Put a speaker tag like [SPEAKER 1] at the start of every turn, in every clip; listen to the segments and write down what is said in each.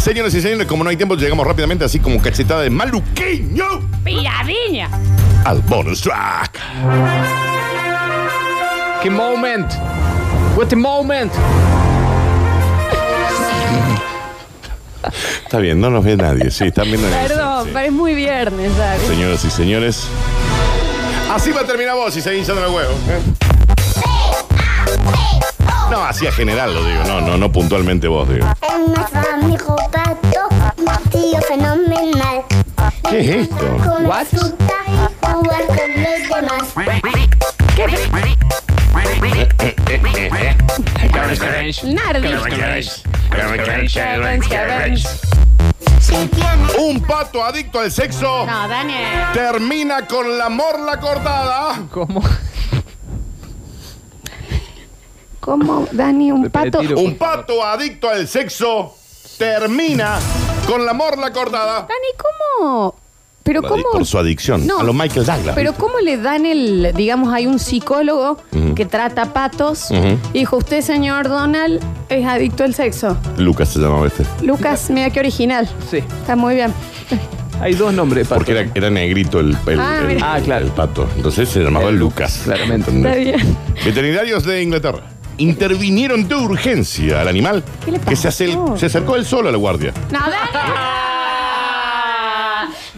[SPEAKER 1] Señoras y señores, como no hay tiempo, llegamos rápidamente, así como cachetada de maluqueño
[SPEAKER 2] Piradiña.
[SPEAKER 1] al bonus track.
[SPEAKER 3] ¡Qué moment! ¡What the moment!
[SPEAKER 1] Está bien, no nos ve nadie. Sí, están viendo en el-
[SPEAKER 2] Perdón,
[SPEAKER 1] sí.
[SPEAKER 2] pero es muy viernes, ¿sabes?
[SPEAKER 1] Señoras y señores. Así va a terminar vos si seguís hinchando el huevo. ¿eh? No, así a general lo digo, no, no, no puntualmente vos, digo.
[SPEAKER 4] Es nuestro amigo Pato, un tío fenomenal.
[SPEAKER 1] ¿Qué es esto?
[SPEAKER 4] Con
[SPEAKER 3] What?
[SPEAKER 4] fruta y jugar con los demás.
[SPEAKER 2] Nardi.
[SPEAKER 4] Si tienes
[SPEAKER 1] Un pato adicto al sexo
[SPEAKER 2] No, Daniel.
[SPEAKER 1] termina con la morla cortada.
[SPEAKER 3] ¿Cómo?
[SPEAKER 2] ¿Cómo, Dani, un pato?
[SPEAKER 3] Repetilo.
[SPEAKER 1] Un pato adicto al sexo termina con la morla cortada.
[SPEAKER 2] Dani, ¿cómo? Pero cómo.
[SPEAKER 1] Por su adicción
[SPEAKER 2] No.
[SPEAKER 1] a los Michael Douglas.
[SPEAKER 2] Pero cómo le dan el, digamos, hay un psicólogo que trata patos
[SPEAKER 1] Ujú.
[SPEAKER 2] y dijo, usted, señor Donald, es adicto al sexo.
[SPEAKER 1] Lucas se llamaba este.
[SPEAKER 2] Lucas, mira qué original.
[SPEAKER 3] Sí.
[SPEAKER 2] Está muy bien.
[SPEAKER 3] Hay dos nombres para.
[SPEAKER 1] Porque era, era negrito el, el-
[SPEAKER 2] Ah,
[SPEAKER 1] el-
[SPEAKER 2] mira.
[SPEAKER 3] Ah, claro.
[SPEAKER 1] el pato. Entonces se llamaba
[SPEAKER 3] El
[SPEAKER 1] Lucas.
[SPEAKER 3] claramente.
[SPEAKER 2] Está
[SPEAKER 1] ¿Entendés?
[SPEAKER 2] bien.
[SPEAKER 1] Veterinarios de Inglaterra intervinieron de urgencia al animal
[SPEAKER 2] ¿Qué le
[SPEAKER 1] que se,
[SPEAKER 2] pasó?
[SPEAKER 1] acel- se acercó él solo a la guardia.
[SPEAKER 2] No, Dani.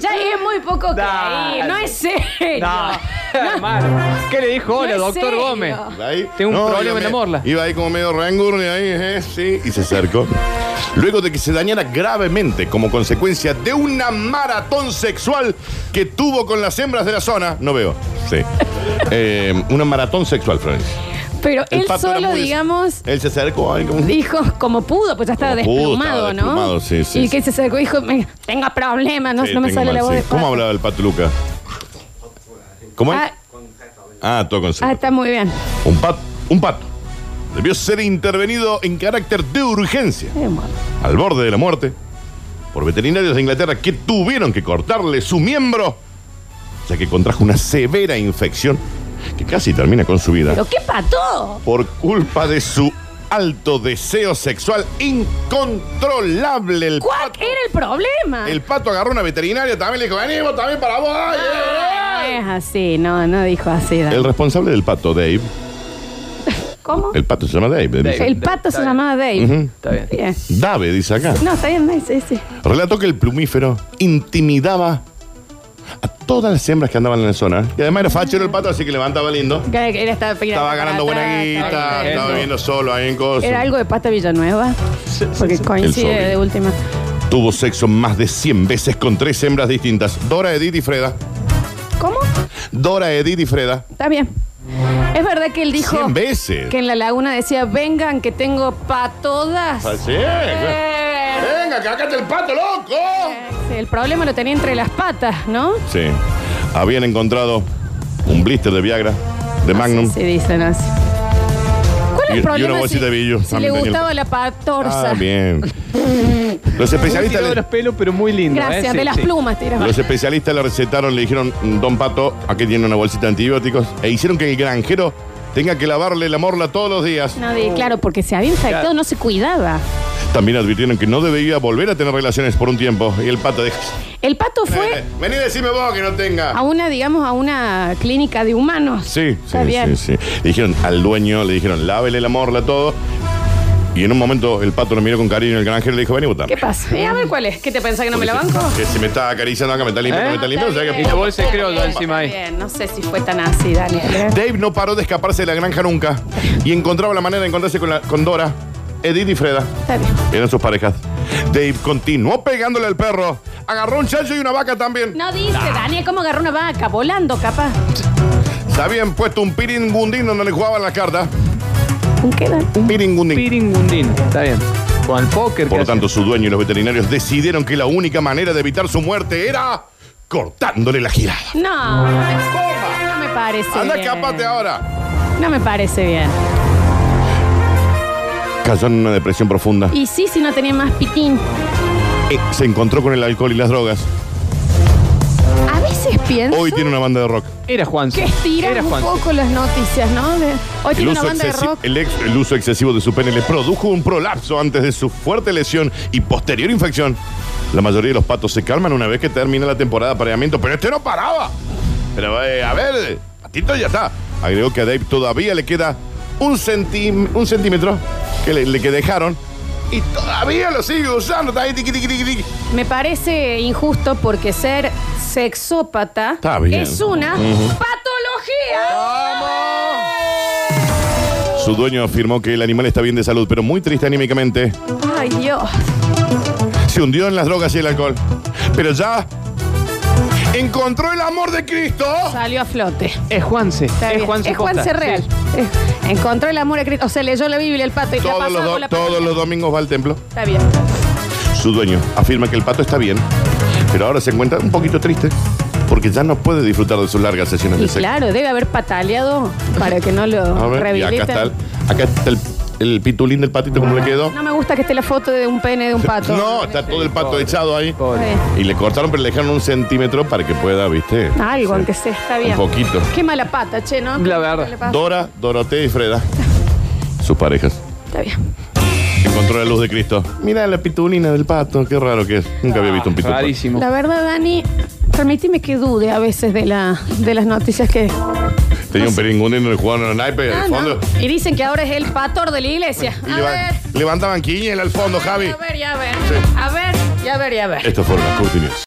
[SPEAKER 2] Ya es muy poco
[SPEAKER 3] Dani.
[SPEAKER 2] creíble. No es serio.
[SPEAKER 3] No, hermano. ¿Qué le dijo? Hola,
[SPEAKER 2] No es
[SPEAKER 3] doctor
[SPEAKER 2] serio.
[SPEAKER 3] Gómez.
[SPEAKER 1] Iba ahí.
[SPEAKER 3] Tengo un problema
[SPEAKER 1] iba
[SPEAKER 3] en la
[SPEAKER 1] me-
[SPEAKER 3] morla.
[SPEAKER 1] Iba ahí como medio rangurne ahí, eh, sí, y se acercó. Luego de que se dañara gravemente como consecuencia de una maratón sexual que tuvo con las hembras de la zona. No veo. Sí. Eh, una maratón sexual, Florencia.
[SPEAKER 2] Pero
[SPEAKER 1] El
[SPEAKER 2] él
[SPEAKER 1] pato era
[SPEAKER 2] solo,
[SPEAKER 1] muy-
[SPEAKER 2] digamos,
[SPEAKER 1] Él se acercó ahí como un-
[SPEAKER 2] dijo como pudo, pues ya estaba
[SPEAKER 1] Como pudo,
[SPEAKER 2] desplumado,
[SPEAKER 1] estaba
[SPEAKER 2] ¿no?
[SPEAKER 1] desplumado, sí, sí,
[SPEAKER 2] Y
[SPEAKER 1] sí.
[SPEAKER 2] que se acercó y dijo, "Me- tengo problemas, no,
[SPEAKER 1] Sí,
[SPEAKER 2] no me
[SPEAKER 1] tengo
[SPEAKER 2] sale
[SPEAKER 1] mal,
[SPEAKER 2] la voz
[SPEAKER 1] sí.
[SPEAKER 2] de
[SPEAKER 1] ¿Cómo
[SPEAKER 2] pato".
[SPEAKER 1] hablaba el pato Luca? ¿Cómo es?
[SPEAKER 2] Ah,
[SPEAKER 1] Ah, todo con
[SPEAKER 2] ah,
[SPEAKER 1] sexo.
[SPEAKER 2] está muy bien.
[SPEAKER 1] Un pato, un pato. Debió ser intervenido en carácter de urgencia,
[SPEAKER 2] Eh, bueno.
[SPEAKER 1] al borde de la muerte, por veterinarios de Inglaterra que tuvieron que cortarle su miembro, ya que contrajo una severa infección que casi termina con su vida
[SPEAKER 2] ¿Pero qué pato?
[SPEAKER 1] por culpa de su alto deseo sexual incontrolable. El,
[SPEAKER 2] ¿Cuál era el problema?
[SPEAKER 1] el pato agarró una veterinaria, también le dijo, vení vos también para vos. ay, eh". ay,
[SPEAKER 2] No
[SPEAKER 1] ay".
[SPEAKER 2] Ah, es así, no, no dijo así. Dani.
[SPEAKER 1] El responsable del pato, Dave,
[SPEAKER 2] ¿Cómo? El,
[SPEAKER 1] el pato se llama Dave, dice.
[SPEAKER 3] Dave.
[SPEAKER 2] pato
[SPEAKER 3] Está
[SPEAKER 2] se
[SPEAKER 3] bien.
[SPEAKER 2] llamaba Dave.
[SPEAKER 1] Ujú.
[SPEAKER 3] Está bien.
[SPEAKER 2] Bien.
[SPEAKER 1] Dave, dice acá.
[SPEAKER 2] No, está bien, sí, sí.
[SPEAKER 1] Relató que el plumífero intimidaba a todas las hembras que andaban en la zona. Y además era fachero el pato, así que levantaba lindo.
[SPEAKER 2] Que- que Era, estaba,
[SPEAKER 1] Estaba ganando buena
[SPEAKER 2] estaba-
[SPEAKER 1] guita, estaba viviendo solo ahí en
[SPEAKER 2] Era
[SPEAKER 1] cosas.
[SPEAKER 2] algo de Pata Villanueva, porque coincide
[SPEAKER 1] sobrino.
[SPEAKER 2] de última.
[SPEAKER 1] Tuvo sexo más de 100 veces con tres hembras distintas. Dora, Edith y Freda.
[SPEAKER 2] ¿Cómo?
[SPEAKER 1] Dora, Edith y Freda.
[SPEAKER 2] Está bien. Es verdad que él dijo
[SPEAKER 1] 100 veces.
[SPEAKER 2] que en la laguna decía, vengan que tengo pa' todas.
[SPEAKER 1] Así es.
[SPEAKER 2] Eh,
[SPEAKER 1] Venga, que acá está el pato, loco.
[SPEAKER 2] sí, El problema lo tenía entre las patas, ¿no?
[SPEAKER 1] Sí. Habían encontrado un blister de Viagra, de Magnum.
[SPEAKER 2] Ah, Sí, dicen así. ¿Cuál es
[SPEAKER 1] Y- y
[SPEAKER 2] el problema?
[SPEAKER 1] una bolsita
[SPEAKER 2] si,
[SPEAKER 1] de billo,
[SPEAKER 2] si le
[SPEAKER 1] también tenía el-
[SPEAKER 2] gustaba la patorza.
[SPEAKER 1] Ah, bien. Los
[SPEAKER 3] Muy
[SPEAKER 1] especialistas.
[SPEAKER 3] tirado de
[SPEAKER 1] Pues le-
[SPEAKER 3] los pelos, pero muy lindo.
[SPEAKER 2] Gracias,
[SPEAKER 3] ¿eh? Sí,
[SPEAKER 2] de las
[SPEAKER 3] sí.
[SPEAKER 2] plumas, tira.
[SPEAKER 1] Los especialistas le recetaron, le dijeron, Don Pato, aquí tiene una bolsita de antibióticos, e hicieron que el granjero tenga que lavarle la morla todos los días.
[SPEAKER 2] No, di- claro, porque se había infectado,
[SPEAKER 3] Claro.
[SPEAKER 2] no se cuidaba.
[SPEAKER 1] También advirtieron que no debía volver a tener relaciones por un tiempo. Y el pato dijo,
[SPEAKER 2] El
[SPEAKER 1] Eh,
[SPEAKER 2] pato fue
[SPEAKER 1] vení, decime vos que no
[SPEAKER 2] a
[SPEAKER 1] tenga.
[SPEAKER 2] una, digamos, a una clínica de humanos.
[SPEAKER 1] Sí, sí,
[SPEAKER 2] Está bien.
[SPEAKER 1] sí, sí. Dijeron al dueño, le dijeron, lávele la morla todo. Y en un momento el pato lo miró con cariño, el granjero le dijo, vení, botame.
[SPEAKER 2] ¿Qué pasa? Eh, a ver cuál es. ¿Qué te pensás que no me la banco? Ah,
[SPEAKER 1] Que si me está acariciando acá, me está limpiando,
[SPEAKER 3] ¿Eh?
[SPEAKER 1] me está
[SPEAKER 2] Está
[SPEAKER 1] limpiando. o sea
[SPEAKER 2] bien.
[SPEAKER 1] que-
[SPEAKER 3] Y la bolsa de criollo
[SPEAKER 2] Está
[SPEAKER 3] encima ahí.
[SPEAKER 2] bien, No sé si fue tan así, Daniel. ¿eh?
[SPEAKER 1] Dave no paró de escaparse de la granja nunca y encontraba la manera de encontrarse con, la- con Dora, Edith y Freda.
[SPEAKER 2] Está bien.
[SPEAKER 1] Eran sus parejas. Dave continuó pegándole al perro. Agarró un chancho y una vaca también.
[SPEAKER 2] No dice, Daniel, ¿cómo agarró una vaca? Volando, capaz.
[SPEAKER 1] Se habían puesto un piringundín donde le jugaban las cartas.
[SPEAKER 2] ¿Con qué, Dani?
[SPEAKER 1] Un piringundín.
[SPEAKER 3] Piringundín. Está bien. Con el póker.
[SPEAKER 1] Por lo
[SPEAKER 3] que
[SPEAKER 1] tanto, su dueño y los veterinarios decidieron que la única manera de evitar su muerte era cortándole la girada.
[SPEAKER 2] No. No me parece
[SPEAKER 1] Anda,
[SPEAKER 2] bien.
[SPEAKER 1] escapate ahora.
[SPEAKER 2] No me parece bien.
[SPEAKER 1] Cayó en una depresión profunda.
[SPEAKER 2] Y sí, si no tenía más pitín.
[SPEAKER 1] Eh, Se encontró con el alcohol y las drogas.
[SPEAKER 2] A veces veces pienso
[SPEAKER 1] Hoy tiene una banda de rock.
[SPEAKER 3] Era Juan.
[SPEAKER 2] que estiran
[SPEAKER 3] Era
[SPEAKER 2] un
[SPEAKER 3] Juanzo.
[SPEAKER 2] poco las noticias, ¿no? De- hoy
[SPEAKER 1] El
[SPEAKER 2] tiene una
[SPEAKER 1] uso,
[SPEAKER 2] banda de
[SPEAKER 1] excesi-
[SPEAKER 2] rock.
[SPEAKER 1] el ex- el uso excesivo de su pene le produjo un prolapso antes de su fuerte lesión y posterior infección. La mayoría de los patos se calman una vez que termina la temporada de apareamiento, pero este no paraba. Pero eh, a ver, patito ya está. Agregó que a Dave todavía le queda un, centim- un centímetro que le, le que dejaron y todavía lo sigue usando. Está ahí, tiqui, tiqui, tiqui, tiqui.
[SPEAKER 2] Me parece injusto porque ser sexópata
[SPEAKER 1] Está bien.
[SPEAKER 2] es una patología.
[SPEAKER 1] Su dueño afirmó que el animal está bien de salud, pero muy triste anímicamente.
[SPEAKER 2] Ay, Dios.
[SPEAKER 1] Se hundió en las drogas y el alcohol. Pero ya encontró el amor de Cristo.
[SPEAKER 2] Salió a flote.
[SPEAKER 3] Es Juanse.
[SPEAKER 2] Está
[SPEAKER 3] Es
[SPEAKER 2] bien.
[SPEAKER 3] Juanse.
[SPEAKER 2] es Juan
[SPEAKER 3] Costa.
[SPEAKER 2] Real.
[SPEAKER 3] Sí.
[SPEAKER 2] Eh, Encontró el amor a Cristo. O sea, leyó la Biblia el pato y la
[SPEAKER 1] Todos
[SPEAKER 2] pasaba
[SPEAKER 1] los,
[SPEAKER 2] con
[SPEAKER 1] do-
[SPEAKER 2] la
[SPEAKER 1] todos
[SPEAKER 2] patología.
[SPEAKER 1] los domingos va al templo.
[SPEAKER 2] Está bien.
[SPEAKER 1] Su dueño afirma que el pato está bien, pero ahora se encuentra un poquito triste porque ya no puede disfrutar de sus largas sesiones
[SPEAKER 2] Y
[SPEAKER 1] de sexo.
[SPEAKER 2] claro, debe haber pataleado para que no
[SPEAKER 1] A
[SPEAKER 2] lo
[SPEAKER 1] ver, y
[SPEAKER 2] rehabiliten.
[SPEAKER 1] acá está, el, acá está el, el pitulín del patito, como le quedó.
[SPEAKER 2] No me gusta que esté la foto de un pene de un pato.
[SPEAKER 1] No, está todo el pato echado ahí.
[SPEAKER 3] Pobre.
[SPEAKER 2] Eh,
[SPEAKER 1] Y le cortaron, pero le dejaron un centímetro para que pueda, ¿viste?
[SPEAKER 2] Algo,
[SPEAKER 1] Sí.
[SPEAKER 2] aunque sea, está bien.
[SPEAKER 1] Un poquito.
[SPEAKER 2] Qué mala pata, che, ¿no?
[SPEAKER 3] La verdad.
[SPEAKER 2] Le pasa.
[SPEAKER 1] Dora, Dorotea y Freda, sus parejas.
[SPEAKER 2] Está bien.
[SPEAKER 1] Encontró la luz de Cristo. Mira la pitulina del pato, qué raro que es. Nunca había visto un pitulín.
[SPEAKER 3] Rarísimo.
[SPEAKER 2] La verdad, Dani, permíteme que dude a veces de, la, de las noticias que.
[SPEAKER 1] Tenía un peringundino y jugaban en el naipes
[SPEAKER 2] Ah,
[SPEAKER 1] al
[SPEAKER 2] no.
[SPEAKER 1] fondo.
[SPEAKER 2] Y dicen que ahora es el pastor de la iglesia.
[SPEAKER 1] Y
[SPEAKER 2] A
[SPEAKER 1] leva-
[SPEAKER 2] ver. Ah,
[SPEAKER 1] levantaban quiniela al fondo, Javi.
[SPEAKER 2] A ver, ya ver.
[SPEAKER 1] Sí.
[SPEAKER 2] A ver, ya ver, ya ver.
[SPEAKER 1] Estas fueron las cortinas.